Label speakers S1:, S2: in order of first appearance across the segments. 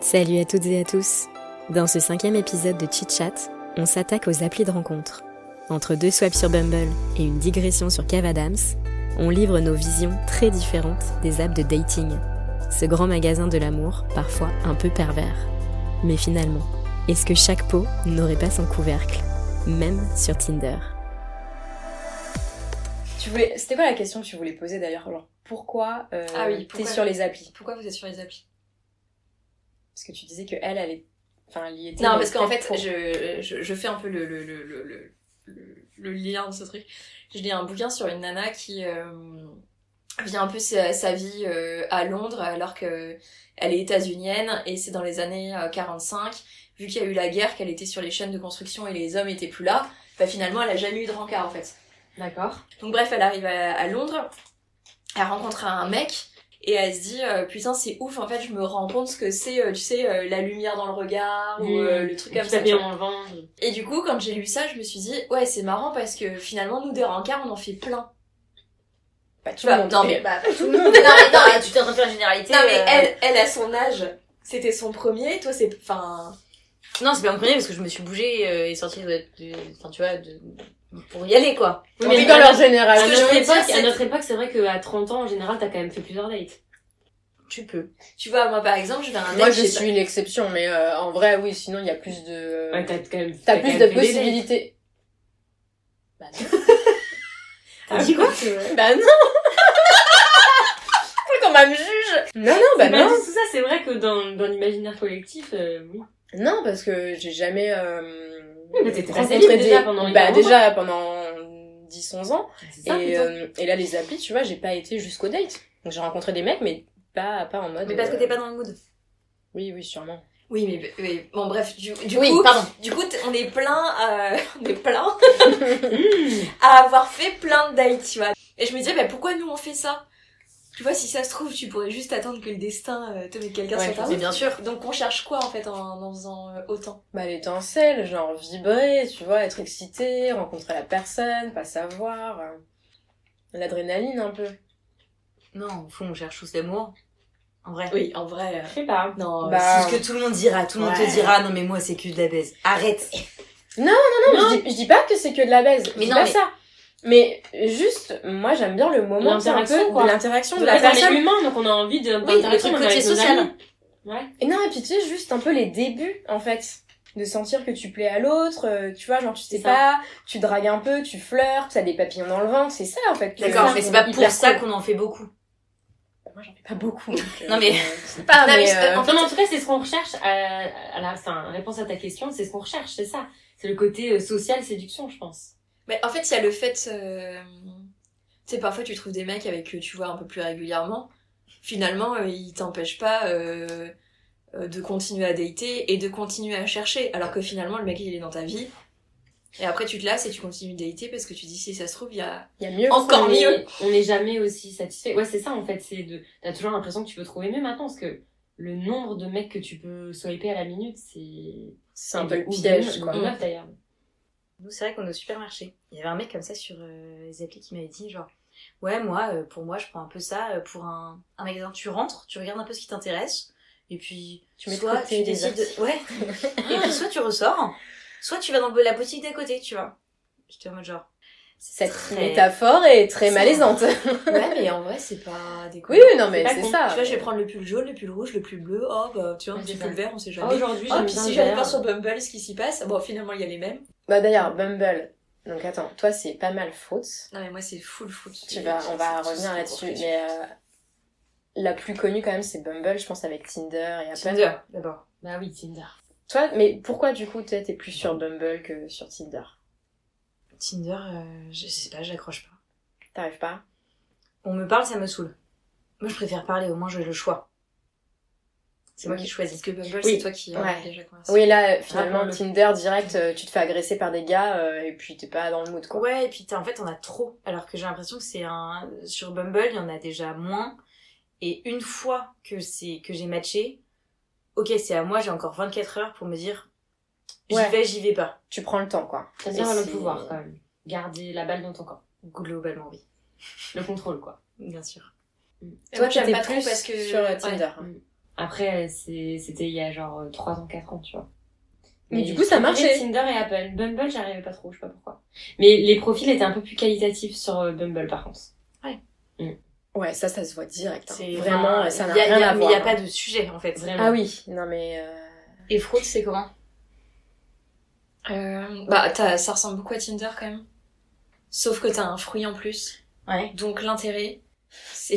S1: Salut à toutes et à tous Dans ce cinquième épisode de Chit Chat, on s'attaque aux applis de rencontre. Entre deux swipes sur Bumble et une digression sur Cave Adams, on livre nos visions très différentes des apps de dating. Ce grand magasin de l'amour, parfois un peu pervers. Mais finalement, est-ce que chaque pot n'aurait pas son couvercle, même sur Tinder
S2: Tu voulais... C'était quoi la question que tu voulais poser d'ailleurs Genre pourquoi euh,
S3: Ah oui, pourquoi-
S2: t'es sur les applis
S3: Pourquoi vous êtes sur les applis
S2: Parce que tu disais que elle, elle est... Enfin, elle y était...
S3: Non,
S2: mais
S3: parce qu'en fait,
S2: pro.
S3: je, je, je fais un peu le, le, le, le, le- le- le lien de ce truc. Je lis un bouquin sur une nana qui euh, vit un peu sa, sa vie euh, à Londres alors que elle est états-unienne et c'est dans les années euh, 45. Vu qu'il y a eu la guerre, qu'elle était sur les chaînes de construction et les hommes étaient plus là, bah finalement elle a jamais eu de rencard en fait.
S2: D'accord.
S3: Donc bref, elle arrive à, à Londres, elle rencontre un mec et elle se dit euh, putain c'est ouf en fait je me rends compte ce que c'est euh, tu sais euh, la lumière dans le regard ou
S2: Mmh.
S3: euh, le truc comme ça. tu vois.
S2: le ventre.
S3: Et du coup quand j'ai lu ça je me suis dit ouais c'est marrant parce que finalement nous des rencarts on en fait plein.
S2: Bah, tu
S3: Tu vois,
S2: vois,
S3: non, mais-
S4: Bah, tout le monde. non, mais, non, mais tu t'es en train de faire une généralité.
S3: Non mais
S4: euh,
S3: elle elle à son âge c'était son premier toi c'est enfin
S4: Non, c'est pas mon premier parce que je me suis bougée euh, et sortie de. de- Enfin, tu vois, de... pour y aller, quoi.
S5: Oui,
S3: Mais
S5: mais
S3: dans
S5: à
S3: leur
S4: hein.
S5: notre- à
S3: ce que je
S5: notre
S3: voulais dire,
S5: époque,
S3: c'est-
S5: à notre époque, c'est vrai qu'à 30 ans, en général, t'as quand même fait plusieurs dates.
S4: Tu peux.
S3: tu vois moi par exemple je vais à un
S6: Moi,
S3: date,
S6: je
S3: sais
S6: suis une exception, mais euh, en vrai, oui, sinon, il y a plus de...
S5: Ouais, t'as quand même.
S6: T'as
S5: quand
S6: plus de
S5: même fait des dates.
S6: possibilités.
S2: Bah,
S5: T'as dit quoi
S2: Ah
S6: Bah non Faut qu'on me juge Non, non, bah
S5: Bah
S6: non
S5: Tout ça, c'est vrai que dans, dans l'imaginaire collectif, euh, oui.
S6: Non, parce que j'ai jamais... Euh,
S5: mais t'étais pas
S6: rencontré
S5: célib déjà pendant hyper
S6: Bah
S5: longtemps.
S6: déjà pendant 10-11 ans.
S5: C'est ça,
S6: Et,
S5: plutôt.
S6: euh, et là, les applis, tu vois, j'ai pas été jusqu'au date. Donc j'ai rencontré des mecs, mais pas, pas en mode...
S4: Mais parce que
S6: euh,
S4: t'es pas dans le mood.
S6: Oui, oui, sûrement.
S3: Oui, mais, mais- bon, bref, du, du
S4: oui,
S3: coup,
S4: pardon.
S3: du coup, t- on est plein, euh, on est plein à avoir fait plein de dates, tu vois. Et je me disais, bah, pourquoi nous on fait ça Tu vois, si ça se trouve, tu pourrais juste attendre que le destin euh, te mette quelqu'un
S6: Ouais,
S3: sur ta
S4: Mais
S3: route.
S4: bien sûr.
S3: Donc, on cherche quoi en fait en en faisant euh, autant
S6: Bah l'étincelle, genre vibrer, tu vois, être excité, rencontrer la personne, pas savoir... euh, L'adrénaline un peu.
S4: Non, au fond, on cherche tous l'amour. En vrai.
S3: Oui, en vrai. euh,
S5: Je sais pas.
S6: Bah,
S3: non,
S4: Oh,
S5: Ah.
S4: C'est ce que tout le monde dira. Tout le monde te dira, non mais moi c'est que de la baise. Arrête.
S6: Non, mais Je, dis, je dis pas que c'est que de la baise,
S4: Mais
S6: mais je dis
S4: non,
S6: pas
S4: mais-
S6: ça. Mais juste, moi j'aime bien le moment, c'est un
S5: L'interaction,
S6: peu
S5: quoi.
S6: de l'interaction de
S5: On
S6: la
S5: est
S6: personne.
S5: humain, donc on a envie de.
S4: le
S5: d'interagir
S4: truc
S5: même avec
S4: côté
S5: nos
S4: social.
S5: amis. Ouais.
S6: Et non, et puis tu sais, juste un peu les débuts en fait. De sentir que tu plais à l'autre, euh, tu vois, genre tu
S5: C'est
S6: sais
S5: ça.
S6: pas, tu dragues un peu, tu flirtes, t'as des papillons dans le ventre, c'est ça en fait. que
S4: D'accord,
S6: je
S4: mais c'est
S6: trouve
S4: pas pour
S6: hyper
S4: ça
S6: cool.
S4: qu'on en fait beaucoup.
S6: Moi j'en fais pas beaucoup. donc, euh,
S4: Non, mais-
S6: je sais pas,
S3: Non, mais
S6: mais,
S3: je-
S6: euh,
S3: en
S5: Enfin, mais en tout cas, c'est ce qu'on recherche. À, à la, enfin, réponse à ta question, c'est ce qu'on recherche, c'est ça. C'est le côté euh, social séduction, je pense.
S3: Mais en fait, il y a le fait. euh, Tu sais, parfois, tu trouves des mecs avec eux, tu vois, un peu plus régulièrement. Finalement, euh, ils t'empêchent pas euh, euh, de continuer à dater et de continuer à chercher. Alors que finalement, le mec, il est dans ta vie. Et après, tu te lasses et tu continues de dater parce que tu dis, si ça se trouve, il y a.
S6: il y a mieux.
S3: Encore
S5: on est-
S3: mieux.
S5: on n'est jamais aussi satisfait. Ouais, c'est ça en fait. C'est de. T'as toujours l'impression que tu peux trouver mieux maintenant parce que le nombre de mecs que tu peux swiper à la minute, c'est.
S6: C'est un peu le
S5: Ou de
S6: piège
S4: mm,
S5: meufs-
S6: quoi.
S5: de meufs, d'ailleurs.
S4: Nous, c'est vrai qu'on est au supermarché. Il y avait un mec comme ça sur euh, les applis qui m'avait dit genre, ouais, moi, euh, pour moi, je prends un peu ça euh, pour un, un magasin. Tu rentres, tu regardes un peu ce qui t'intéresse, et puis
S6: Tu mets de
S4: soit
S6: côté
S4: tu
S6: des
S4: décides, de...
S6: articles.
S4: ouais, et puis soit tu ressors, soit tu vas dans la boutique d'à côté, tu vois. J'étais en mode genre, c'est
S6: Cette
S4: très...
S6: métaphore est très
S4: C'est-
S6: malaisante.
S3: Ouais, mais en vrai, c'est pas des
S6: Oui, oui, non, mais
S5: pas
S6: c'est
S5: con.
S6: ça.
S3: Tu vois, je vais prendre le pull jaune, le pull rouge, le pull bleu. Oh, bah, tu vois, un
S5: Ouais,
S3: petit
S5: c'est
S3: pull
S5: ça.
S3: vert, on sait
S5: Ah,
S3: jamais.
S5: Aujourd'hui,
S3: oh,
S5: j'aime
S3: puis
S5: bien
S3: si
S5: le
S3: j'allais
S5: vert.
S3: voir sur Bumble ce qui s'y passe, bon, finalement, il y a les mêmes.
S6: Bah d'ailleurs, Bumble. Donc attends, toi c'est pas mal faute.
S3: Non, mais moi, c'est full foot.
S6: Tu vas, on va
S3: C'est-
S6: revenir
S3: c'est-
S6: là-dessus. Mais euh, la plus connue quand même, c'est Bumble, je pense, avec Tinder et Apple.
S4: Tinder, d'abord.
S5: Bah oui, Tinder.
S6: Toi, mais pourquoi du coup toi, t'es plus sur Bumble que sur Tinder
S4: Tinder, euh, je sais pas, j'accroche pas.
S6: T'arrives pas
S4: On me parle, ça me saoule. Moi, je préfère parler, au moins j'ai le choix. C'est
S6: Mm.
S4: moi qui choisis.
S3: Parce que Bumble,
S6: Oui.
S3: c'est toi qui
S6: Ouais.
S3: as déjà commencé.
S6: Oui, là, euh, finalement,
S5: Rappelons-le.
S6: Tinder, direct, euh, tu te fais agresser par des gars euh, et puis t'es pas dans le mood, quoi.
S4: Ouais, et puis t'as- en fait, on a trop. Alors que j'ai l'impression que c'est un. Sur Bumble, il y en a déjà moins. Et une fois que, c'est... que j'ai matché, ok, c'est à moi, j'ai encore 24 heures pour me dire j'y
S6: Ouais.
S4: vais, j'y vais pas.
S6: Tu prends le temps, quoi.
S5: T'as
S4: Et
S5: bien le
S4: c'est-
S5: pouvoir quand même. Garder la balle dans ton camp.
S4: Globalement, oui.
S5: Le contrôle quoi.
S4: Bien sûr.
S3: Et
S6: Toi,
S3: moi, j'aime
S6: t'étais
S3: pas trop
S6: plus
S3: parce que-
S6: sur euh,
S3: ouais.
S6: Tinder.
S5: Après, c'est- c'était il y a genre 3 ans, 4 ans, tu vois.
S6: Mais du coup, ça
S5: je préférais
S6: marchait.
S5: Tinder et Apple. Bumble, j'arrivais pas trop, je sais pas pourquoi. Mais les profils étaient un peu plus qualitatifs sur euh, Bumble par contre.
S6: Ouais, ça, ça se voit direct. hein.
S4: C'est-
S6: Vraiment,
S5: Enfin,
S6: ça n'a
S4: Y a- y
S6: rien
S4: a-
S6: à
S4: mais
S6: voir. hein.
S4: il n'y a pas de sujet, en fait.
S5: Vraiment.
S6: Ah oui, non mais... euh,
S4: Et fraude, c'est comment
S3: Euh, bah, t'as- ça ressemble beaucoup à Tinder quand même. Sauf que t'as un fruit en plus.
S4: Ouais.
S3: Donc l'intérêt, c'est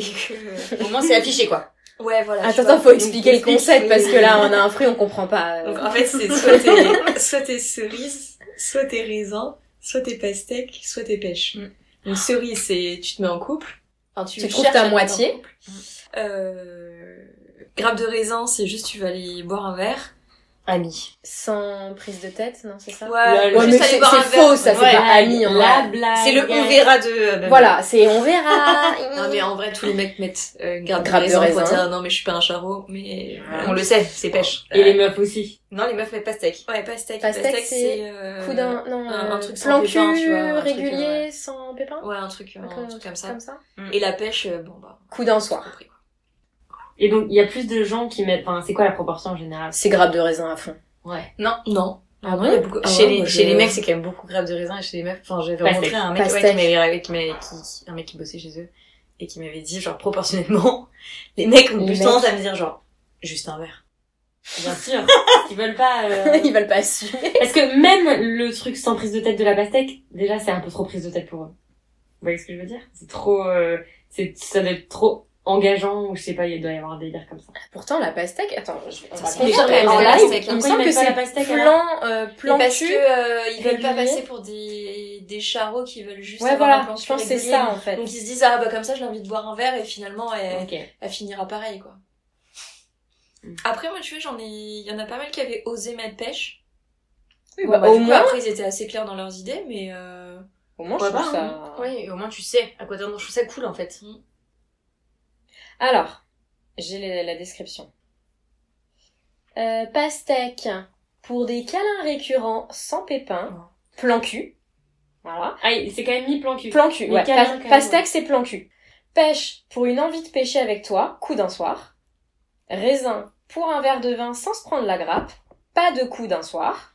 S3: que.
S4: Au moins, c'est affiché, quoi.
S3: Ouais, voilà. tu
S6: Attends,
S3: vois.
S6: attends, faut expliquer le concept parce que là, on a un fruit, on comprend pas. euh.
S3: Donc en fait, c'est soit t'es, soit t'es cerise, soit t'es raisin, soit t'es pastèque, soit t'es pêche.
S4: Mm.
S3: Une cerise, c'est tu te mets en couple. Enfin,
S6: Tu
S3: cherches
S6: trouves ta
S3: à te mettre en
S6: moitié.
S3: couple. Euh, grappe de raisin, c'est juste tu vas aller boire un verre.
S4: Ami.
S6: Sans prise de tête, non, c'est ça
S5: Ouais,
S6: Ouais, mais
S3: juste aller
S6: c'est
S3: boire un
S6: c'est faux,
S3: verre.
S6: ça, c'est
S4: Ouais.
S6: pas hein. ami, en
S5: La
S6: vrai.
S5: blague.
S4: C'est le
S6: E
S4: on verra de. euh, Bumble.
S6: Voilà, c'est on verra.
S3: Non mais en vrai tous les mecs mettent euh, grappe,
S6: Grappe de
S3: de raisin, pour
S6: raisin.
S3: dire non mais je suis pas un charreau mais euh,
S4: On le sait, c'est pêche.
S5: Et les meufs aussi.
S4: Non, les meufs mettent pastèque.
S3: ouais pastèque
S6: Pastèque, c'est
S3: euh,
S6: Coup d'un, non,
S3: un- un
S6: euh,
S3: truc sans
S6: plan
S3: pépin,
S6: cul,
S3: tu vois, un truc, euh,
S6: régulier, sans pépin
S3: ouais un truc un
S6: Comme-
S3: truc comme ça
S6: Comme ça
S3: et la pêche euh, bon bah
S6: Coup d'un
S3: on a
S6: soir.
S3: compris, quoi.
S5: Et donc, il y a plus de gens qui mettent. Enfin, c'est quoi la proportion en général
S6: C'est grappe de raisin à fond.
S5: Ouais.
S3: non ah non il y a beaucoup ah
S4: chez,
S3: ouais,
S4: les,
S3: moi,
S4: chez
S3: je-
S4: les mecs, c'est quand même beaucoup grave de raisin. Et chez les meufs, enfin, j'avais
S5: Pastèque.
S4: rencontré un mec, ouais,
S6: Pastèque.
S4: qui m'avait- qui m'avait- qui- un mec qui bossait chez eux et qui m'avait dit, genre, proportionnellement, les mecs ont
S6: Les
S4: plus
S6: mecs.
S4: tendance à me dire, genre, juste un verre.
S5: Bien sûr. Ils veulent pas. euh,
S6: Ils veulent pas assumer.
S5: Parce que même le truc sans prise de tête de la pastèque, déjà, c'est un peu trop prise de tête pour eux. Vous voyez ce que je veux dire C'est trop. euh, c'est ça doit être trop engageant ou je sais pas, il doit y avoir un délire comme ça.
S6: Pourtant, la pastèque, attends, je vais, on
S3: Ça,
S6: va
S3: c'est
S6: confirmer
S3: pas
S6: en
S3: la
S6: live,
S3: pastèque,
S6: il me
S5: pourquoi ils
S6: semble que
S5: mettent pas la
S6: c'est
S5: pastèque,
S6: plan, euh, plan
S3: Mais parce
S6: cul.
S3: que euh, ils veulent pas
S6: régulier.
S3: passer pour des des charreaux qui veulent juste
S6: Ouais,
S3: avoir un
S6: voilà,
S3: plan
S6: je pense que
S3: cul
S6: c'est
S3: régulier.
S6: ça, en fait.
S3: donc ils se disent ah bah comme ça je l'invite de boire un verre et finalement elle,
S5: Ok.
S3: elle finira pareil quoi
S5: Mm.
S3: après moi tu vois j'en ai il y en a pas mal qui avaient osé mettre pêche
S6: Oui,
S3: Bon,
S6: bah,
S3: bah,
S6: au
S3: du coup,
S6: moins,
S3: après, ils étaient assez clairs dans leurs idées, mais euh,
S6: au moins, je
S5: Ouais,
S6: trouve
S5: bah,
S6: ça...
S4: Oui, et au moins, tu sais à quoi t'en je trouve ça cool, en fait.
S6: Alors, j'ai la, la description. Euh, pastèque, pour des câlins récurrents sans pépins, plan cul. Voilà.
S5: Ah, il- c'est quand même mis plan cul.
S6: Plan cul,
S5: Les
S6: ouais.
S5: câlins,
S6: Pa-
S5: quand même,
S6: pastèque, c'est plan cul. Pêche, pour une envie de pêcher avec toi, coup d'un soir. Raisin, pour un verre de vin sans se prendre la grappe, pas de coup d'un soir.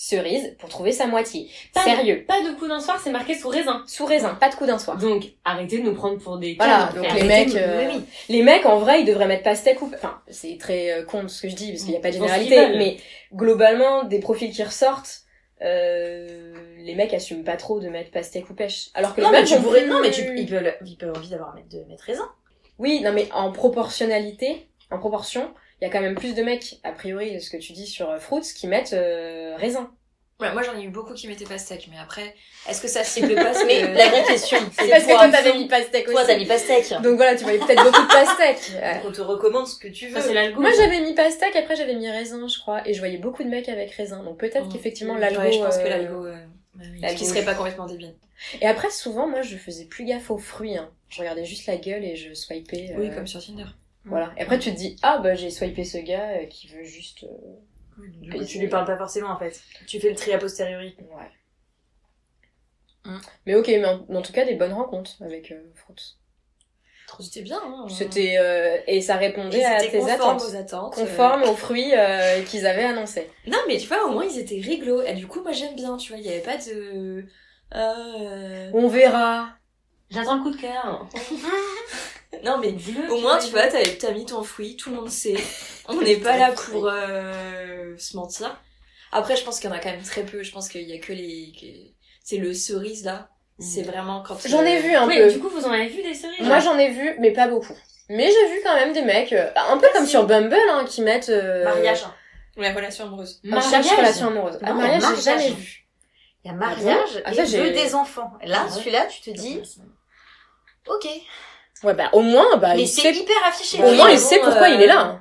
S6: Cerise, pour trouver sa moitié.
S5: Pas de-
S6: Sérieux.
S5: Pas de coup d'un soir, c'est marqué sous raisin.
S6: Sous raisin, pas de coup d'un soir.
S5: Donc, arrêtez de nous prendre pour des
S6: Voilà,
S5: cadres,
S6: donc
S5: frère.
S6: les
S4: Arrêtez
S6: mecs,
S4: de-
S6: euh,
S4: oui, oui.
S6: Les mecs, en vrai, ils devraient mettre pastèque ou... Enfin, c'est très euh, con de ce que je dis, parce qu'il n'y a pas de
S5: Ils font ce qu'ils
S6: généralité,
S5: veulent.
S6: mais globalement, des profils qui ressortent, euh, les mecs assument pas trop de mettre pastèque ou pêche. Alors que
S4: Non,
S6: les
S4: mais
S6: mecs
S4: tu
S6: ont
S4: pourrais,
S6: plus-
S4: non, mais tu, ils peuvent, ils peuvent envie d'avoir mettre- de mettre raisin.
S6: Oui, non, mais en proportionnalité, en proportion, il y a quand même plus de mecs, a priori, de ce que tu dis sur euh, Fruits, qui mettent euh, raisin.
S3: ouais, moi j'en ai eu beaucoup qui mettaient pastèque, mais après, est-ce que ça cible pas ce
S4: Mais
S3: que-
S4: la vraie question, c'est
S6: parce que toi,
S4: toi,
S6: t'avais mis pastèque
S4: toi, t'as
S6: aussi.
S4: mis pastèque.
S6: Donc voilà, tu voyais peut-être beaucoup de pastèque. Ouais.
S4: Donc, on te recommande ce que tu veux.
S5: Ça, c'est l'algo.
S6: euh, Moi j'avais mis pastèque, après j'avais mis raisin je crois, et je voyais beaucoup de mecs avec raisin, donc peut-être
S3: Mmh.
S6: qu'effectivement
S3: Ouais,
S6: l'algo...
S3: je pense que
S6: euh,
S3: l'algo. euh,
S6: l'algo-
S3: Qui serait pas complètement débile.
S6: Et après, souvent, moi, je faisais plus gaffe aux fruits. hein. Je regardais juste la gueule et je swipais. euh,
S3: Oui, comme sur Tinder.
S6: Voilà. Et après, tu te dis, ah, bah, j'ai swipé ce gars euh, qui veut juste. euh,
S4: Du coup, tu lui parles pas forcément, en fait. Tu fais le tri a posteriori.
S6: Ouais.
S4: Hum.
S6: Mais ok, mais en, en tout cas, des bonnes rencontres avec euh, Fruits.
S3: C'était bien. Hein,
S6: C'était. euh, et ça répondait à tes attentes.
S3: aux attentes.
S6: Conforme aux fruits euh, qu'ils avaient annoncés.
S3: euh. Non, mais tu vois, au moins ils étaient réglo. Et du coup, moi j'aime bien, tu vois, il y avait pas de. euh,
S6: On verra.
S5: J'attends le coup de cœur.
S3: Non, mais
S5: Dis-le,
S3: au moins, tu vois, t'as t'as mis ton fruit, tout le monde sait. On n'est pas là pour euh, se mentir. Après, je pense qu'il y en a quand même très peu. Je pense qu'il y a que les. que- C'est le cerise là. C'est euh, vraiment quand.
S6: J'en ai vu un
S5: Oui,
S6: peu.
S5: du coup, vous en avez vu des cerises
S6: Moi, j'en ai vu, mais pas beaucoup. Mais j'ai vu quand même des mecs, euh, un peu comme sur Bumble, hein, qui mettent. euh,
S4: Mariage. hein.
S3: La relation amoureuse.
S6: On cherche relation amoureuse. Ah,
S4: Non,
S6: mariage, j'ai
S4: mariage.
S6: jamais vu.
S4: Il y a mariage
S6: Ah,
S4: et
S6: ça, j'ai-
S4: jeu des enfants. Et Là,
S5: Ah ouais.
S4: celui-là, tu te dis, ok.
S6: Ouais, bah, au moins, bah,
S4: mais
S6: il
S4: c'est
S6: Ah, sait,
S4: hyper affiché.
S6: au moins,
S4: Oui,
S6: il
S4: bon,
S6: sait pourquoi
S4: euh,
S6: il est là.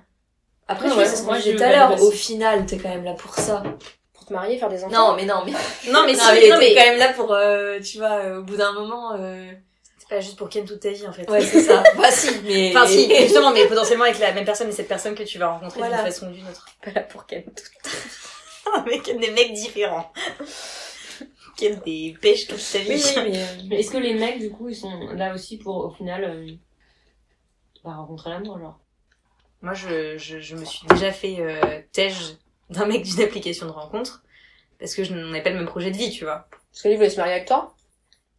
S3: Après,
S6: Non,
S3: tu
S6: ouais,
S3: vois, c'est ce
S6: moi,
S3: que je
S6: j'ai
S3: dis
S6: tout à
S3: tout à
S6: l'heure,
S3: l'heure.
S6: au
S3: Au final, t'es quand même là pour ça.
S6: Pour te marier, faire des enfants.
S3: Non, mais non, mais.
S4: Non, mais
S3: non,
S4: si,
S3: mais t'es
S4: non, mais-
S3: quand même là pour, euh, tu vois, euh, au bout d'un moment. euh,
S4: C'est pas juste pour ken toute ta vie, en fait.
S3: Ouais, c'est ça. bah si, mais.
S4: Enfin, si, justement, mais potentiellement avec la même personne et cette personne que tu vas rencontrer
S3: Voilà.
S4: d'une façon ou d'une autre.
S6: Pas là pour qu'elle.
S4: Avec des mecs différents. Ken des pêches toute ta vie.
S3: Oui, oui, mais. euh,
S5: Mais est-ce que les mecs, du coup, ils sont là aussi pour, au final, euh, bah, rencontrer l'amour, genre
S4: Moi, je, je, je me suis déjà fait euh, tège d'un mec d'une application de rencontre parce que je n'ai pas le même projet de vie, tu vois.
S6: Parce que lui voulait se marier avec toi.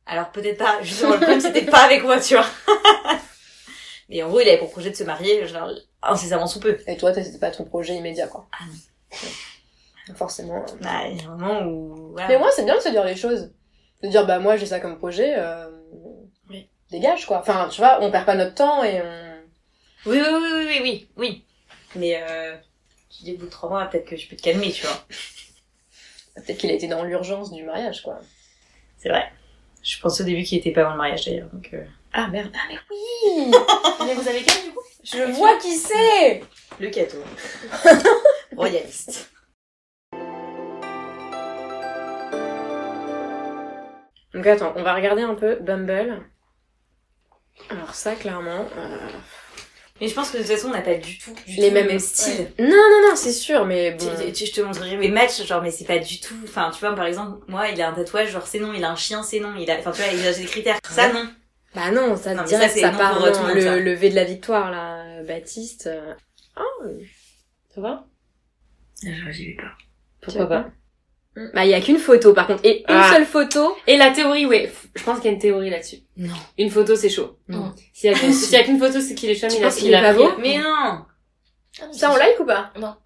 S4: Alors peut-être pas, justement, le problème c'était pas avec moi, tu vois. Mais en gros, il avait pour projet de se marier, genre, incessamment sous peu.
S6: Et toi, c'était pas ton projet immédiat, quoi. Donc Forcément. euh.
S4: Bah, il y a un moment où. voilà.
S6: Mais moi, c'est bien de se dire les choses. De dire, bah, moi, j'ai ça comme projet, euh...
S4: Oui.
S6: Dégage, quoi. Enfin, tu vois, on perd pas notre temps et on.
S4: Oui, oui, oui, oui, oui, oui. Mais euh, je dis au bout de trois mois, peut-être que je peux te calmer, tu vois.
S6: Peut-être qu'il a été dans l'urgence du mariage, quoi.
S4: C'est vrai. Je pense au début qu'il était pas avant le mariage d'ailleurs, donc. euh,
S6: Ah merde.
S5: Mais vous avez quel, du coup
S6: Je vois qui c'est
S4: Le gâteau. Royaliste.
S6: Donc attends, on va regarder un peu Bumble. Alors ça, clairement... euh,
S4: Mais je pense que de toute façon, on n'a pas du tout, du
S6: Les
S4: tout
S6: mêmes-
S4: le même style.
S6: Non, non, non, c'est sûr, mais bon...
S4: Tu- tu- je te montrerai mes matchs, genre, mais c'est pas du tout. Enfin, tu vois, par exemple, moi, il a un tatouage, genre, c'est non, il a un chien, c'est non, il a. Enfin, tu vois, il a des critères. Ça, non.
S6: Bah non, ça
S4: Non, mais
S6: direct,
S4: ça, c'est
S6: ça,
S4: non
S6: part
S4: pour, euh, tout
S6: dans
S4: le monde,
S6: le
S4: ça.
S6: lever de la victoire, là, euh, Baptiste. euh. Ah, euh, ça va
S4: Ah,
S5: Pourquoi
S6: Tu veux
S5: pas
S6: Hmm. Bah, il y a qu'une photo, par contre. Et
S5: Ah.
S6: une seule photo...
S5: Et la théorie, ouais, f- je pense qu'il y a une théorie là-dessus.
S4: Non.
S5: Une photo, c'est chaud.
S4: Non. Ah,
S5: S'il y a qu'une s'il y a qu'une photo, c'est qu'il est chum, il a,
S6: penses qu'il est pas
S5: pris-
S6: beau
S4: Mais non
S6: Ah, Ça, on like ou pas
S4: Moi,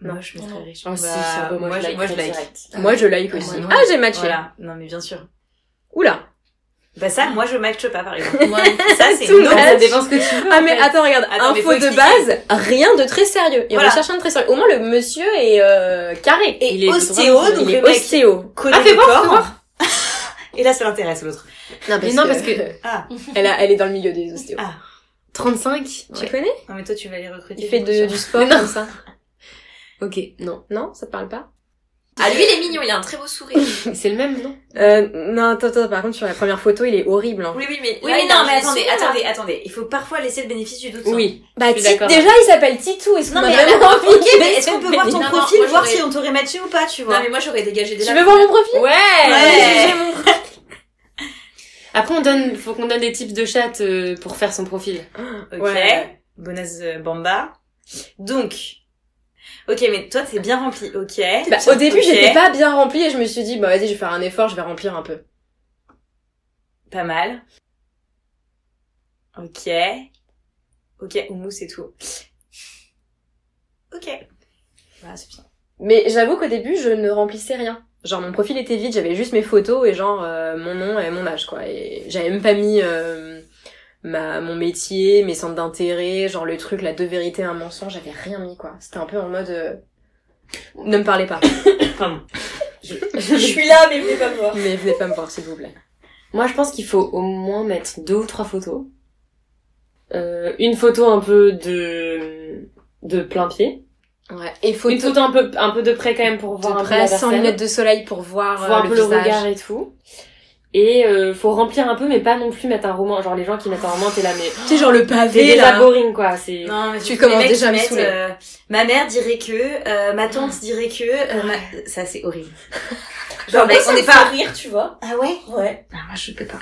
S4: je me
S3: Non.
S4: serais riche.
S5: Ah, si, c'est un peu, moi, je like
S4: moi, je
S5: direct.
S4: like.
S3: Ah,
S6: Moi, je like
S4: ah,
S6: aussi.
S4: moi,
S6: Ah, j'ai matché
S4: Voilà. Non, mais bien sûr.
S6: Oula
S4: Bah, ça, moi, je matche pas, par exemple.
S3: Moi,
S4: ça, c'est
S6: Tout
S4: non.
S6: match.
S5: Ça dépend ce que tu veux. hein,
S6: Ah
S5: en
S6: mais
S5: fait.
S6: attends regarde,
S4: Attends, mais
S6: info
S4: faut
S6: de
S4: expliquer.
S6: base, rien de très sérieux. Et
S4: Voilà.
S6: on cherche un de très sérieux. Au moins le monsieur est euh, carré.
S4: Et
S6: il est
S4: ostéo,
S6: vraiment-
S4: donc
S6: il est
S4: le mec-
S6: ostéo.
S4: Connais
S5: Ah, fais
S4: le
S5: voir, fais
S4: corps. Et là, ça l'intéresse, l'autre.
S6: Non
S5: Mais non, parce que
S4: Ah.
S6: elle, a- elle est dans le milieu des ostéos.
S4: Ah,
S5: 35
S6: Tu connais
S4: Non, mais toi, tu vas les recruter.
S6: Il fait
S4: pour
S6: de-
S4: le
S6: du
S4: chien.
S6: sport comme ça.
S5: Ok, non.
S6: Non, ça te parle pas
S3: Ah, lui, il est mignon, il a un très beau sourire.
S5: C'est le même, non
S6: euh, Non, attends, attends, par contre sur la première photo il est horrible. hein.
S4: Oui, oui, mais.
S3: Oui,
S4: là,
S3: mais
S4: il a
S3: non,
S4: un
S3: mais
S4: jeu de
S3: attendez,
S4: sourire.
S3: attendez,
S4: attendez. Il faut parfois laisser le bénéfice du doute.
S6: Bah
S5: Je suis
S6: Tite-
S5: d'accord.
S6: déjà il s'appelle Titou, est-ce qu'on
S4: Non,
S6: a
S4: mais
S6: vraiment
S4: alors,
S6: envie
S4: Ok,
S6: qu'il
S4: mais
S6: ait
S4: est-ce
S6: son
S4: qu'on peut voir
S6: pénis
S4: ton
S3: Non, non,
S4: profil,
S3: moi,
S4: voir
S3: j'aurais-
S4: si on t'aurait matché ou pas, tu vois
S3: Non, mais moi, j'aurais dégagé
S6: Tu
S3: déjà.
S6: veux voir mon profil
S4: Ouais.
S6: J'ai mon profil.
S5: Après, on donne, faut qu'on donne des tips de chat euh, pour faire son profil.
S4: Ok.
S6: Ouais.
S4: Bonas euh, Bamba. Donc. Ok, mais toi, t'es bien rempli. Ok.
S6: Bah, au début
S4: Ok.
S6: j'étais pas bien remplie et je me suis dit bah vas-y je vais faire un effort, je vais remplir un peu.
S4: Pas mal. Ok. Ok, Oumu, c'est tout. Ok. Voilà, c'est bien.
S6: Mais j'avoue qu'au début, je ne remplissais rien. Genre mon profil était vide, j'avais juste mes photos et genre euh, mon nom et mon âge quoi. Et j'avais même pas mis euh, ma mon métier, mes centres d'intérêt, genre le truc la deux vérités un mensonge, j'avais rien mis quoi. C'était un peu en mode euh, ne me parlez pas.
S5: Pardon.
S4: Je suis là, mais venez pas me voir.
S6: Mais venez pas me voir s'il vous plaît.
S5: Moi, je pense qu'il faut au moins mettre deux ou trois photos. Euh, une photo un peu de de plein pied.
S6: Ouais. Et faut
S5: Une photo un peu un peu de près quand même pour voir
S6: de
S5: un
S6: près,
S5: peu la
S6: sans
S5: personne.
S6: lunettes de soleil pour voir, euh,
S5: voir un peu le
S6: visage.
S5: regard et tout. Et euh, faut remplir un peu, mais pas non plus mettre un roman. Genre les gens qui mettent un roman, t'es là, mais
S6: Tu sais genre le
S5: c'est
S6: pavé
S5: déjà
S6: là.
S5: boring quoi. C'est
S4: Non, mais
S6: Tu
S4: les
S6: commences
S4: mecs
S6: déjà à
S4: qui
S6: me
S4: mettent,
S6: saouler.
S4: euh, ma mère dirait que, euh, ma tante dirait que, euh, ma- ça c'est horrible. Genre, mec, on
S6: Bah,
S4: n'est pas.
S3: rire, tu vois.
S4: Ah ouais?
S3: Ouais.
S4: Ah, moi je peux pas.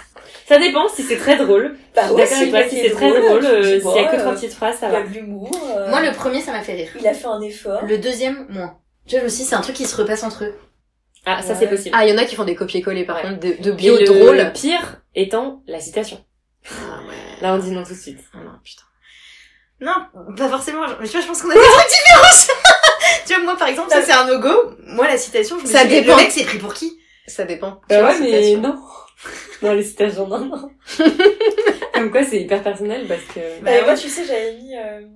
S5: ça dépend si c'est très drôle.
S3: Bah,
S5: D'accord avec toi, si c'est très drôle, euh, s'il y a que trois petites phrases, ça
S3: Il a
S5: va.
S3: de l'humour.
S4: euh,
S7: Moi, le premier, ça m'a fait rire.
S3: Il a fait un effort.
S7: Le deuxième, moins. Tu vois, je me suis dit, c'est un truc qui se repasse entre eux.
S5: Ah, ça c'est
S3: Ouais.
S5: possible.
S6: Ah, il y en a qui font des copier-coller par
S5: Ouais.
S6: contre de, de
S5: Et
S6: bio
S5: le
S6: drôle.
S5: pire étant la citation.
S6: Ah ouais.
S5: Là on dit non tout de suite.
S6: Ah non, putain.
S4: Non, pas forcément. genre, Mais tu vois, je pense qu'on a des trucs différents. tu vois, moi par exemple, ça c'est un no-go. Moi la citation, je me
S6: Ça
S4: suis dit,
S6: dépend.
S4: le mec c'est pris pour qui?
S6: Ça dépend.
S5: Bah
S6: Tu vois,
S5: ouais,
S6: c'est
S5: mais
S6: facile.
S5: non. Non, les citations, non, non. Comme quoi, c'est hyper personnel parce que.
S4: Bah,
S3: Euh,
S4: ouais.
S3: Moi, tu sais, j'avais mis. euh,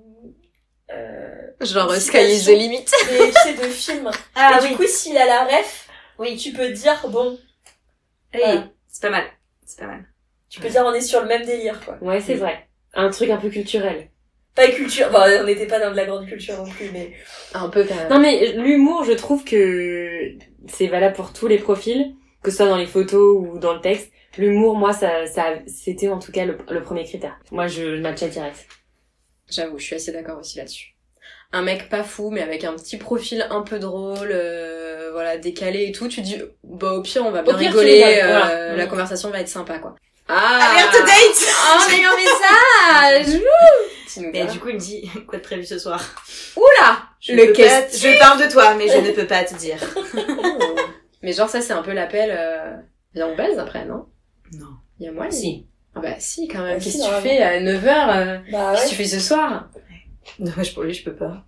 S3: euh,
S6: Genre euh,
S3: Une
S6: Sky is the
S3: citation.
S6: limit.
S3: des- tu sais, de films.
S4: Ah
S3: et du coup, s'il a la ref, oui. tu peux dire, bon,
S4: Hey,
S3: Voilà.
S4: euh, C'est pas mal. C'est pas mal.
S5: Mm.
S3: tu peux dire, on est sur le même délire, quoi.
S5: Ouais, c'est vrai. Un truc un peu culturel.
S3: Pas culture, enfin, on n'était pas dans de la grande culture non plus, mais
S6: Un peu quand même.
S5: Non mais l'humour, je trouve que c'est valable pour tous les profils, que ce soit dans les photos ou dans le texte. L'humour, moi, ça, ça, c'était en tout cas le, le premier critère. Moi, je, je matchais direct.
S6: J'avoue, je suis assez d'accord aussi là-dessus. Un mec pas fou, mais avec un petit profil un peu drôle, euh, voilà, décalé et tout, tu dis, bah au pire on va bien
S5: pire, tu
S6: rigoler,
S5: rigoles,
S6: euh,
S5: voilà.
S6: la
S5: Mm.
S6: conversation va être sympa quoi. Ah
S4: Alerte date
S6: Ah, on a eu un message Ouh
S4: Mais du coup, il me dit quoi de prévu ce soir
S6: Oula
S4: je
S6: Le
S4: peux
S6: cas-
S4: pas te- Je parle de toi, mais je ne peux pas te dire.
S6: Mais genre ça c'est un peu l'appel, euh... viens on baise après, non
S4: Non.
S6: Il y a moyen
S4: Si.
S6: Ah bah si Ah quand même,
S3: Ah, si,
S6: qu'est-ce que tu
S3: normalement.
S6: fais à 9h
S3: bah
S6: Qu'est-ce que tu fais ce soir
S4: Dommage pour lui, je peux pas.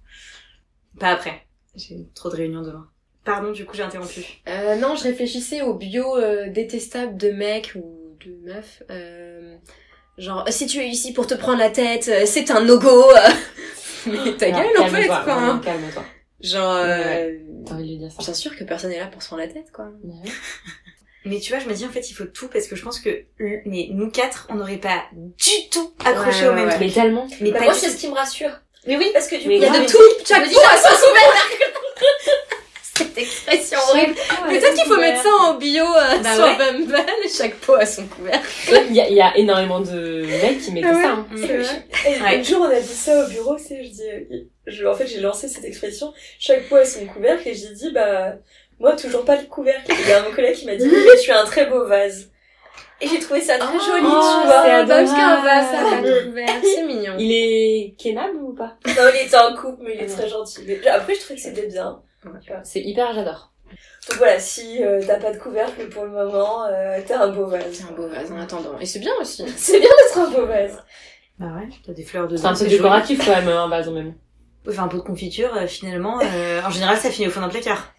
S4: Pas après. J'ai trop de réunions demain. Pardon, du coup, j'ai interrompu.
S6: Euh, non, je réfléchissais au bio euh, détestable de mec ou de meuf. euh, genre, si tu es ici pour te prendre la tête, euh, c'est un no-go. Mais
S5: Ah,
S6: ta gueule, en fait, quoi. hein.
S5: Calme-toi.
S6: Genre, euh,
S5: T'as envie de lui dire ça.
S6: bien sûr que personne n'est là pour se prendre la tête, quoi.
S4: Mais tu vois, je me dis en fait, il faut tout parce que je pense que mais nous quatre, on n'aurait pas du tout accroché
S6: Ouais,
S4: au même
S6: ouais,
S4: truc.
S5: Mais tellement.
S4: Mais
S3: Bah,
S4: pas
S3: moi,
S4: du
S3: c'est
S4: tout.
S3: ce qui me rassure.
S4: Mais oui,
S3: Parce que du coup,
S5: Mais
S3: il y a
S5: grave.
S3: de
S6: tout, chaque mot à son Cette expression horrible. Peut-être qu'il faut mettre ça en bio euh,
S4: Bah
S6: sur
S4: ouais.
S6: Bumble, chaque pot à son couvert.
S5: Il y, a- il y a énormément de mecs qui mettent
S6: Ah ouais.
S5: ça. hein.
S3: Mm.
S4: Ouais.
S3: Le jour, on a dit ça au bureau, tu sais, je dis, euh, je, en fait, j'ai lancé cette expression, chaque fois à son couvercle, et j'ai dit, bah, moi, toujours pas le couvercle. Et Il y a un collègue qui m'a dit, oui, mais je suis un très beau vase. Et j'ai trouvé ça
S5: Oh,
S3: très joli, tu vois.
S5: adorable.
S6: parce qu'un Bah, vase à pas couvert, c'est mignon.
S5: Il est kenable ou pas
S3: Non, il était en couple, mais il est très gentil. Mais après, je trouvais que c'était bien.
S5: C'est hyper, j'adore.
S3: Donc voilà, si euh, t'as pas de couvercle pour le moment, euh, t'as un beau vase.
S6: C'est un beau vase en attendant. Et c'est bien aussi.
S3: C'est bien d'être un beau vase.
S4: Bah ouais, t'as des fleurs de
S5: C'est un peu décoratif quand même, un vase même.
S4: Enfin, un pot de confiture, euh, finalement, euh, en général, ça finit au fond d'un placard.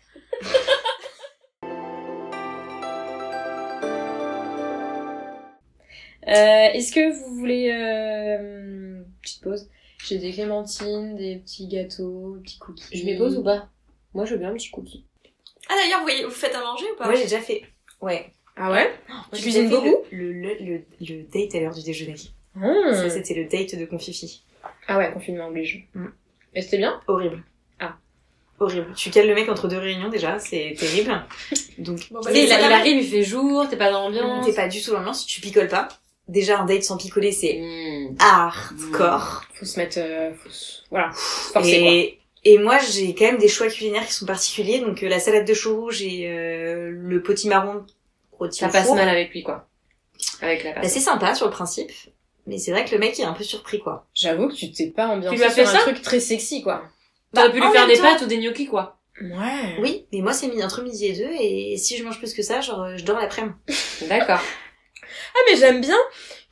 S6: Euh, Est-ce que vous voulez... Euh... une Petite pause. J'ai des clémentines, des petits gâteaux, des petits cookies.
S5: Je m'épose ou pas Moi, je veux bien un petit cookie.
S3: Ah d'ailleurs, vous, voyez- vous faites à manger ou pas
S4: Moi, j'ai déjà fait. Ouais.
S6: Ah ouais
S4: Moi, j'ai
S6: cuisines
S4: déjà fait
S6: beaucoup
S4: le, le, le, le date à l'heure du déjeuner.
S6: Hmm.
S4: Ça, c'était le date de Confifi.
S6: Ah ouais, confinement oblige.
S4: Mm.
S6: Et c'était bien
S4: Horrible.
S6: Ah.
S4: Horrible. Tu cales le mec entre deux réunions déjà, c'est terrible. Donc,
S3: Bon, bah,
S5: Tu
S3: c'est
S5: sais,
S4: c'est
S5: il, a-
S3: pas
S5: il
S3: mal.
S5: arrive, il fait jour, t'es pas dans l'ambiance.
S4: T'es pas du tout dans l'ambiance, tu picoles pas. Déjà, un date sans picoler, c'est
S5: Mmh.
S4: hardcore.
S6: Faut se mettre... euh, faut se- Voilà. Forcer
S4: Et, et moi, j'ai quand même des choix culinaires qui sont particuliers. Donc, euh, la salade de chou rouge et euh, le potimarron rôti
S5: Ça
S4: au
S5: passe
S4: four.
S5: mal avec lui, quoi. Avec la
S4: Bah,
S5: personne.
S4: c'est sympa sur le principe. Mais c'est vrai que le mec il est un peu surpris quoi.
S6: J'avoue que tu t'es pas ambiancé
S5: Tu lui as fait
S6: sur un
S5: ça
S6: truc très sexy, quoi.
S5: T'aurais
S4: Bah,
S5: pu
S4: en
S5: lui faire
S4: même
S5: des
S4: temps-
S5: pâtes ou des gnocchis, quoi.
S6: Ouais.
S4: Oui, mais moi c'est mis entre midi et deux et si je mange plus que ça, genre euh, je dors l'après-midi.
S5: D'accord.
S6: Ah mais j'aime bien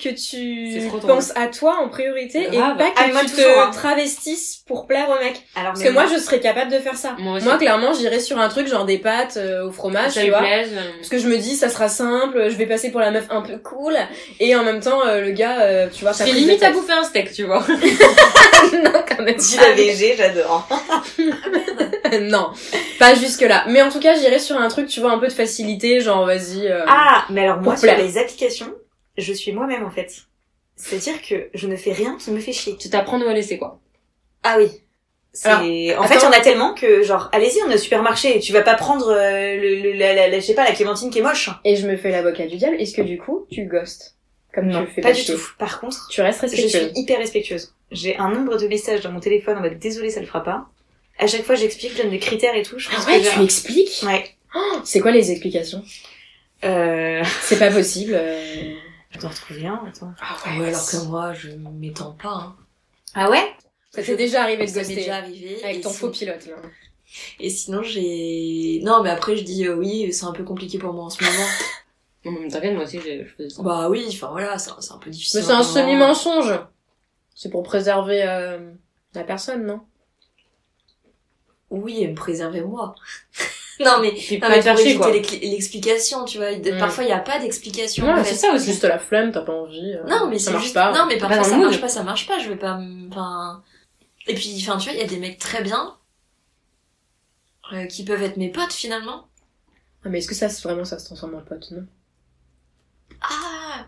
S6: que
S5: C'est trop
S6: tu
S5: drôle.
S6: penses à toi en priorité et
S5: Grave.
S6: pas que
S4: Ah, mais moi,
S6: tu
S4: toujours, hein.
S6: te travestisses pour plaire au mec.
S4: Alors
S6: Parce
S4: mais
S6: que moi, je serais capable de faire ça.
S5: Ah, Moi aussi.
S6: Moi, clairement, j'irais sur un truc genre des pâtes euh, au fromage,
S5: ça
S6: tu
S5: lui
S6: vois.
S5: plaise. euh,
S6: Parce que je me dis, ça sera simple, je vais passer pour la meuf un peu cool, et en même temps, euh, le gars, euh, tu vois, ça
S5: C'est limite à bouffer Ah, un steak, tu vois.
S6: Non, quand même
S4: dis
S6: pas.
S4: la VG, j'adore.
S6: non, pas jusque-là. Mais en tout cas, j'irais sur un truc, tu vois, un peu de facilité, genre, vas-y... euh,
S4: Ah, mais alors moi
S6: Pour
S4: sur
S6: plaire.
S4: les applications, je suis moi-même en fait. C'est-à-dire que je ne fais rien qui me fait chier.
S5: Tu t'apprends nous à laisser, quoi.
S4: Ah oui. C'est-
S6: Alors,
S4: en fait, il y en a tellement que, genre, allez-y, on est au supermarché, tu vas pas prendre, euh, le, le- la, la, la- je sais pas, la clémentine qui est moche.
S6: Et je me fais l'avocat du diable, est-ce que du coup, tu ghostes Comme tu le fais
S4: pas du
S6: chier.
S4: tout. Par contre,
S6: Tu restes
S4: je suis
S6: respectueux.
S4: hyper respectueuse. J'ai un nombre de messages dans mon téléphone en mode désolé, ça le fera pas. À chaque fois, j'explique, je donne des critères et tout. Je pense
S6: Ah ouais,
S4: que j'ai
S6: tu expliques
S4: un- Ouais.
S6: C'est quoi les explications
S4: Euh...
S6: C'est pas possible. euh.
S4: Je dois retrouver un, attends.
S6: Ah
S5: moi, je m'étends pas, hein.
S4: Ah ouais
S6: Ça t'est déjà arrivé de
S8: Ça m'est
S6: ghoster
S8: déjà arrivé.
S6: avec
S8: et
S6: ton
S8: si-
S6: faux pilote là.
S8: Et sinon, j'ai. Non, mais après, je dis euh, oui, c'est un peu compliqué pour moi en ce moment.
S5: Non, mais t'inquiète, moi aussi, je, je faisais ça.
S8: bah oui, enfin voilà, c'est un, c'est un peu difficile.
S6: Mais c'est un
S8: en ce moment.
S6: semi-mensonge. C'est pour préserver euh, la personne, non
S8: Oui, et me préserver moi. non, mais.
S5: Puis
S8: Non,
S5: pas
S8: mais
S5: te faire
S8: pour
S5: chier,
S8: éviter
S5: quoi.
S8: les cli- l'explication, tu vois. de-
S6: Mm.
S8: Parfois, il n'y a pas d'explication.
S6: Ouais,
S8: en
S6: c'est
S8: fait.
S6: ça, ou juste la flemme, t'as pas envie. euh,
S8: Non, mais
S6: ça
S8: c'est
S6: marche
S8: juste.
S6: pas.
S8: Non, mais
S5: Pas
S8: parfois,
S5: dans le
S8: ça
S5: mood.
S8: marche pas, ça marche pas. Je vais pas. m- Enfin. Et puis, enfin, tu vois, il y a des mecs très bien. euh, qui peuvent être mes potes finalement.
S6: Ah, mais est-ce que ça, c'est vraiment ça se transforme en pote, non
S8: Ah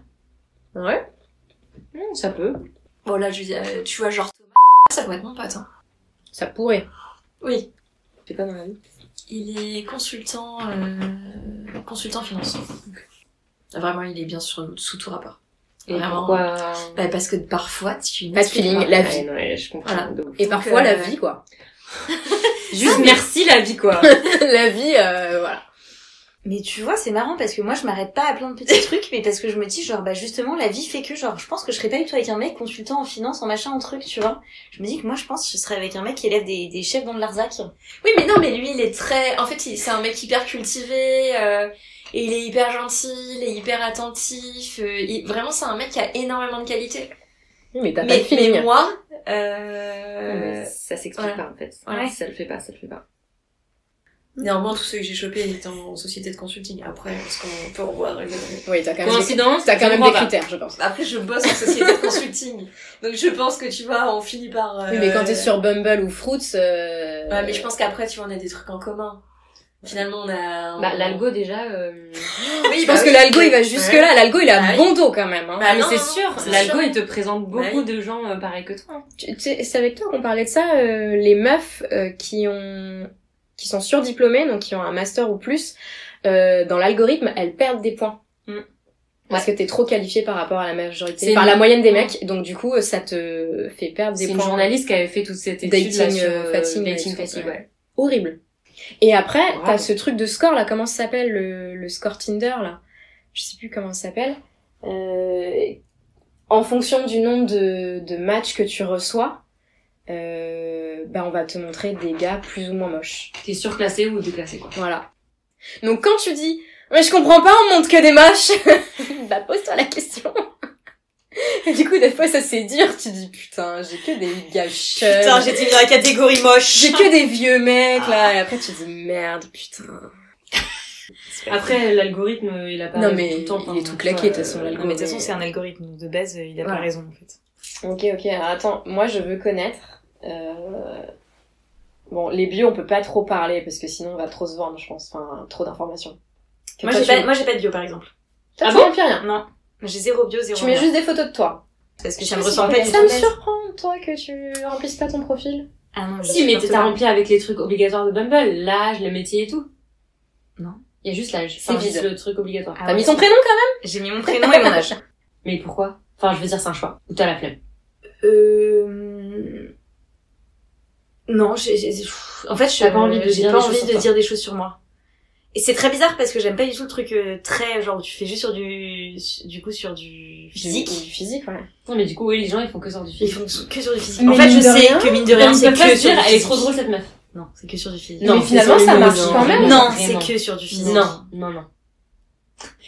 S6: Ouais
S5: Mmh, ça peut.
S8: Bon, là, je dis, euh, tu vois, genre Thomas. ça doit être mon pote. hein.
S6: Ça pourrait.
S8: Oui,
S6: C'est pas mon avis.
S8: il est consultant, euh, consultant finance. Donc, Vraiment, il est bien sûr sous tout rapport.
S6: Et
S8: Vraiment.
S6: pourquoi
S8: Bah, parce que parfois, tu
S6: Pas de feeling, la vie.
S5: je comprends.
S8: Voilà.
S6: Et
S8: Donc,
S6: parfois la
S8: euh,
S6: vie quoi.
S4: Juste merci la vie, quoi.
S6: la vie, euh, voilà.
S4: Mais tu vois, c'est marrant parce que moi, je m'arrête pas à plein de petits trucs, mais parce que je me dis, genre, bah justement, la vie fait que, genre, je pense que je serais pas du tout avec un mec consultant en finance, en machin, en truc, tu vois. Je me dis que moi, je pense que je serais avec un mec qui élève des, des chefs dans le Larzac.
S8: Oui, mais non, mais lui, il est très. En fait, il- c'est un mec hyper cultivé. euh, et il est hyper gentil, il est hyper attentif. euh, il- Vraiment, c'est un mec qui a énormément de qualités.
S6: Oui, mais t'as pas de
S8: Mais,
S6: feeling.
S8: mais moi, euh,
S5: Ça s'explique
S8: voilà.
S5: pas en fait.
S8: Voilà.
S5: Ça le fait pas, ça le fait pas.
S8: néanmoins, tous ceux que j'ai chopés étaient en société de consulting. Après, parce qu'on peut revoir. euh,
S6: Oui, t'as quand même, des,
S5: Coïncidence
S6: t'as quand
S5: je
S6: même des
S5: comprends pas.
S6: critères, je pense.
S8: Après, je bosse en société de consulting. Donc, je pense que tu vois, on finit par. euh,
S6: Oui, mais quand t'es sur Bumble ou Fruits, euh...
S8: Ouais, mais je pense qu'après, tu vois, on a des trucs en commun. Finalement, on a.
S5: Bah, l'algo déjà. euh,
S8: Oui,
S6: je pense
S8: bah
S6: que
S8: oui.
S6: l'algo il va jusque là. L'algo il a
S8: Bah oui.
S6: bon dos quand même. Hein.
S8: Bah
S5: mais
S8: non,
S5: Ah c'est
S8: non,
S5: sûr,
S8: c'est
S5: l'algo
S8: sûr.
S5: il te présente beaucoup
S8: Ouais.
S5: de gens euh, pareils que toi.
S6: Tu- tu sais, C'est avec toi qu'on parlait de ça, euh, les meufs euh, qui ont qui sont surdiplômées, donc qui ont un master ou plus, euh, dans l'algorithme, elles perdent des points.
S4: Mm.
S6: Parce que t'es trop qualifié par rapport à la majorité,
S5: C'est
S6: par
S5: une-
S6: la moyenne des mecs, donc du coup ça te fait perdre des
S5: C'est une
S6: points.
S5: journaliste qui avait fait toute cette étude
S6: Dating,
S5: là, sur
S6: euh,
S5: euh,
S6: fatigue,
S5: dating
S6: ouais,
S5: fatigue,
S6: ouais.
S5: ouais.
S6: Horrible. Et après,
S5: Bravo.
S6: t'as ce truc de score là, comment ça s'appelle le, le score Tinder là Je sais plus comment ça s'appelle. Euh, en fonction du nombre de, de matchs que tu reçois, euh, bah on va te montrer des gars plus ou moins moches.
S5: T'es surclassé ou déclassé quoi.
S6: Voilà. Donc quand tu dis mais je comprends pas, on montre que des moches, bah pose-toi la question. Et du coup, des fois, ça c'est dur. Tu dis putain, j'ai que des gars chums.
S4: j'étais dans la catégorie moche.
S6: J'ai Ah. que des vieux mecs là, et après tu dis merde, putain.
S5: Après, l'algorithme euh, il a pas.
S6: Non, mais
S5: le temps,
S6: il
S5: enfin,
S6: est tout
S5: tu
S6: claqué,
S5: vois,
S6: de toute façon,
S5: euh,
S6: l'algo.
S4: Non, mais de toute façon, c'est un algorithme donc de base, euh, il a
S6: Voilà.
S4: pas raison en fait.
S6: Ok, ok, alors attends, moi je veux connaître. euh, Bon, les bios on peut pas trop parler parce que sinon on va trop se vendre, je pense. Enfin, trop d'informations. Que
S4: Moi,
S6: toi,
S4: j'ai
S6: tu-
S4: pas, moi, j'ai pas de bio par exemple.
S6: Toi,
S5: Ah
S6: tu
S5: bon
S6: mets plus rien.
S4: Non. J'ai zéro bio, zéro
S6: Tu mets
S4: bio.
S6: juste des photos de toi.
S4: Parce que
S6: Je
S4: ça
S6: sais
S4: me
S6: pas
S4: ressemble
S6: si-
S4: pas du tout.
S6: Ça me surprend, toi, que tu remplisses pas ton profil.
S4: Ah non, je
S5: Si,
S4: suis
S5: mais
S4: partout
S5: t'as
S4: là.
S5: rempli avec les trucs obligatoires de Bumble, l'âge, le métier et tout.
S4: Non.
S5: Il y a juste l'âge.
S6: C'est
S5: Enfin, juste
S6: vide.
S5: le truc obligatoire.
S4: Ah
S6: T'as
S4: ouais.
S6: mis ton prénom quand
S4: J'ai mis mon prénom et mon âge.
S5: Mais pourquoi Enfin, je veux dire, c'est un choix. Ou t'as la flemme.
S4: Euh... Non, j'ai, j'ai- pff, en fait, je
S5: T'as pas envie de
S4: j'ai
S5: dire
S4: pas
S5: des
S4: envie
S5: choses
S4: de
S5: sur
S4: dire des choses sur moi. Et c'est très bizarre parce que j'aime pas du tout le truc euh, très genre où tu fais juste sur du du coup sur du
S6: même
S4: physique.
S6: Physique, ouais.
S5: Non, mais du coup, oui, les gens, ils font que sortir du
S4: Ils
S5: film.
S4: font que sur du physique.
S6: Mais
S4: en fait,
S6: mine
S4: je
S6: de
S4: sais
S6: rien,
S4: que mine de
S5: Ils
S4: rien,
S5: ne
S4: c'est
S5: peuvent
S4: que
S5: pas se
S4: sur
S5: dire,
S4: du
S5: elle est
S4: physique.
S5: trop drôle cette meuf.
S4: Non, c'est que sur du physique.
S6: Non, mais
S5: c'est
S6: finalement,
S5: sur
S6: ça
S5: les
S6: marche
S5: mots,
S6: quand même.
S4: Non,
S5: vraiment.
S4: c'est que sur du physique.
S5: Non, non, non.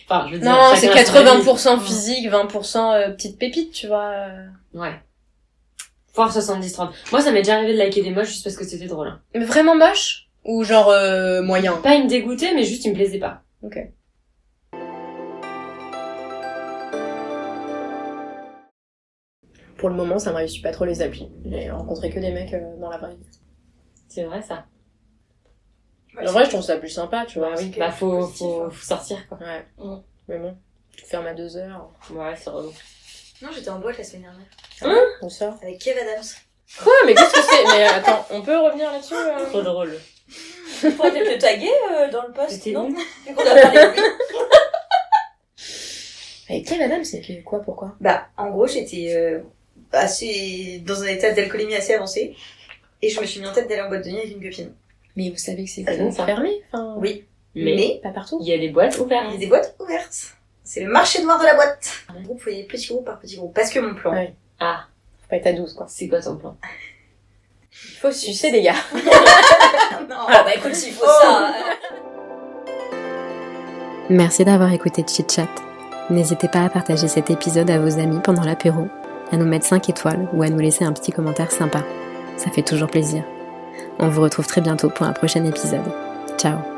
S5: Enfin, je veux dire.
S6: Non,
S5: chacun
S6: c'est
S5: a son
S6: 80% physique, 20% euh, petite pépite, tu vois. euh.
S5: avis. Ouais. Fort 70-30. Moi, ça m'est déjà arrivé de liker des moches juste parce que c'était drôle. hein.
S6: Mais vraiment moche Ou genre euh, moyen
S5: Pas ils me dégoûtaient, mais juste ils me plaisaient pas.
S6: Ok. Pour le moment, ça me réussit pas trop les applis. J'ai rencontré que des mecs euh, dans la vraie vie.
S5: C'est vrai, ça.
S6: En vrai, je trouve ça plus sympa, tu vois.
S5: Bah,
S6: oui.
S5: bah faut,
S6: positif,
S5: faut,
S6: hein.
S5: faut sortir, quoi.
S6: Ouais.
S8: Mm.
S6: Mais bon, tu fermes à deux heures,
S5: Ouais, c'est relou.
S4: Non, j'étais en boîte la semaine dernière
S6: on sort.
S4: avec Kev Adams.
S6: Quoi Mais qu'est-ce que c'est Mais attends, on peut revenir là-dessus euh
S5: Trop drôle.
S2: Pour peut-être le taguer euh, dans le post,
S5: C'était
S2: non
S5: où
S2: Vu qu'on a parlé de lui.
S6: Avec quelle madame c'est que- quoi Pourquoi
S4: Bah, en gros, j'étais euh, assez dans un état d'alcoolémie assez avancé. Et je me suis mis en tête d'aller en boîte de nuit avec une copine.
S6: Mais vous savez que c'est
S5: Ah bon, ça
S6: fermé enfin,
S4: Oui.
S5: Mais,
S4: Mais
S6: Pas partout
S5: il y a des boîtes
S4: il y
S5: ouvertes.
S4: a des boîtes ouvertes. C'est le marché noir de la boîte. En groupe, vous voyez petit groupe par petit groupe. Parce que mon plan.
S6: Ouais. Faut pas être à 12 quoi.
S5: C'est quoi ton plan
S6: Il faut sucer des gars.
S4: Non.
S2: Ah bah écoute, s'il faut
S4: Oh.
S2: ça. euh,
S1: Merci d'avoir écouté Chit Chat. N'hésitez pas à partager cet épisode à vos amis pendant l'apéro, à nous mettre 5 étoiles ou à nous laisser un petit commentaire sympa. Ça fait toujours plaisir. On vous retrouve très bientôt pour un prochain épisode. Ciao